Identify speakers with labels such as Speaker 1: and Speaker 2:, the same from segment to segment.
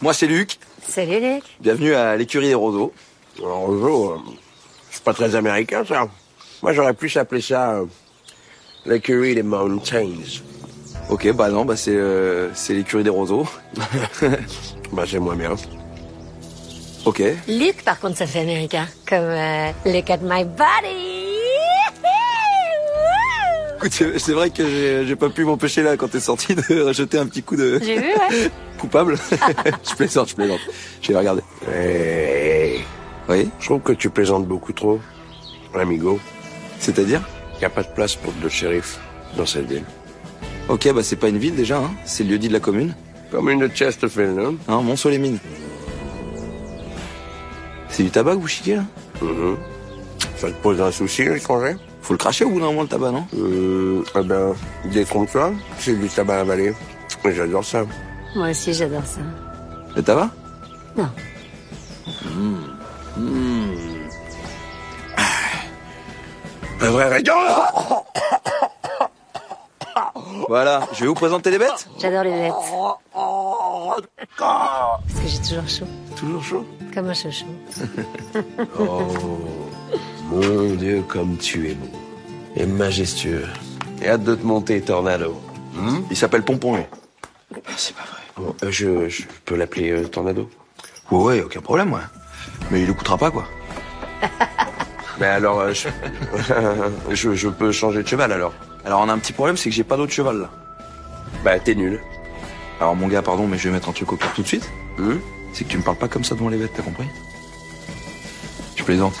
Speaker 1: Moi, c'est Luc.
Speaker 2: Salut Luc.
Speaker 1: Bienvenue à l'écurie des roseaux.
Speaker 3: Alors, Roseau, euh, c'est pas très américain, ça. Moi, j'aurais plus appelé ça euh, l'écurie des Mountains.
Speaker 1: Ok, bah non, bah c'est euh, c'est l'écurie des roseaux.
Speaker 3: Bah, c'est moins bien.
Speaker 1: ok.
Speaker 2: Luc, par contre, ça fait américain. Comme euh, Look at my body.
Speaker 1: Écoute, c'est c'est vrai que j'ai- j'ai pas pu m'empêcher là quand t'es sorti de jeter un petit coup de
Speaker 2: J'ai vu, ouais.
Speaker 1: coupable. je plaisante, je plaisante. Je vais regarder.
Speaker 3: Hey,
Speaker 1: Oui,
Speaker 3: je trouve que tu plaisantes beaucoup trop, amigo.
Speaker 1: c'est-à-dire
Speaker 3: Y a pas de place pour deux shérifs dans cette ville.
Speaker 1: Ok, bah c'est pas une ville déjà, hein. c'est le lieu-dit de la commune.
Speaker 3: Comme une de Chesterfield, non
Speaker 1: Hein, monceau les mines. C'est du tabac que vous chiquez là
Speaker 3: Mhm. Ça te pose un souci, l'étranger
Speaker 1: Faut le cracher au bout d'un moment le tabac, non
Speaker 3: Euh, eh ben, détrompe-toi, c'est du tabac à valer. J'adore ça.
Speaker 2: Moi aussi, j'adore ça.
Speaker 1: Le tabac
Speaker 2: Non.
Speaker 3: Un vrai rayon
Speaker 1: Voilà, je vais vous présenter les bêtes.
Speaker 2: J'adore les lettres. Parce que j'ai toujours chaud.
Speaker 3: Toujours chaud
Speaker 2: Comme un chouchou.
Speaker 3: Mon Dieu, comme tu es beau. Et majestueux. Et hâte de te monter, Tornado.
Speaker 1: Il s'appelle Pompon, lui.
Speaker 3: c'est pas vrai. euh, je, je peux l'appeler euh, Tornado
Speaker 1: Ouais, ouais, aucun problème, ouais. Mais il le coûtera pas, quoi.
Speaker 3: Ben alors, euh, je, je, je peux changer de cheval, alors.
Speaker 1: Alors, on a un petit problème, c'est que j'ai pas d'autre cheval, là.
Speaker 3: Bah, t'es nul.
Speaker 1: Alors, mon gars, pardon, mais je vais mettre un truc au clair tout de suite.
Speaker 3: Hum
Speaker 1: C'est que tu me parles pas comme ça devant les bêtes, t'as compris Je plaisante.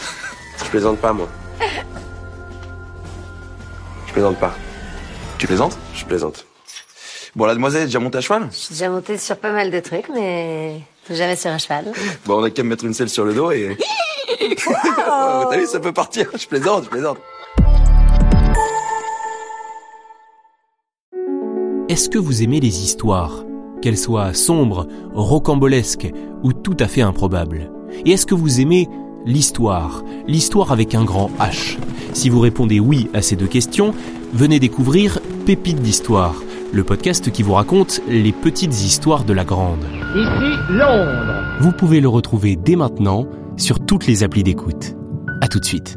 Speaker 3: Je plaisante pas, moi. Je plaisante pas.
Speaker 1: Tu plaisantes
Speaker 3: Je plaisante.
Speaker 1: Bon, la demoiselle est déjà montée à cheval
Speaker 2: Je suis déjà montée sur pas mal de trucs, mais jamais sur un cheval.
Speaker 1: Bon, on a qu'à me mettre une selle sur le dos et... T'as vu, ça peut partir. Je plaisante, je plaisante.
Speaker 4: Est-ce que vous aimez les histoires Qu'elles soient sombres, rocambolesques ou tout à fait improbables Et est-ce que vous aimez l'histoire L'histoire avec un grand H Si vous répondez oui à ces deux questions, venez découvrir Pépites d'Histoire, le podcast qui vous raconte les petites histoires de la grande.
Speaker 5: Ici Londres.
Speaker 4: Vous pouvez le retrouver dès maintenant sur toutes les applis d'écoute. À tout de suite.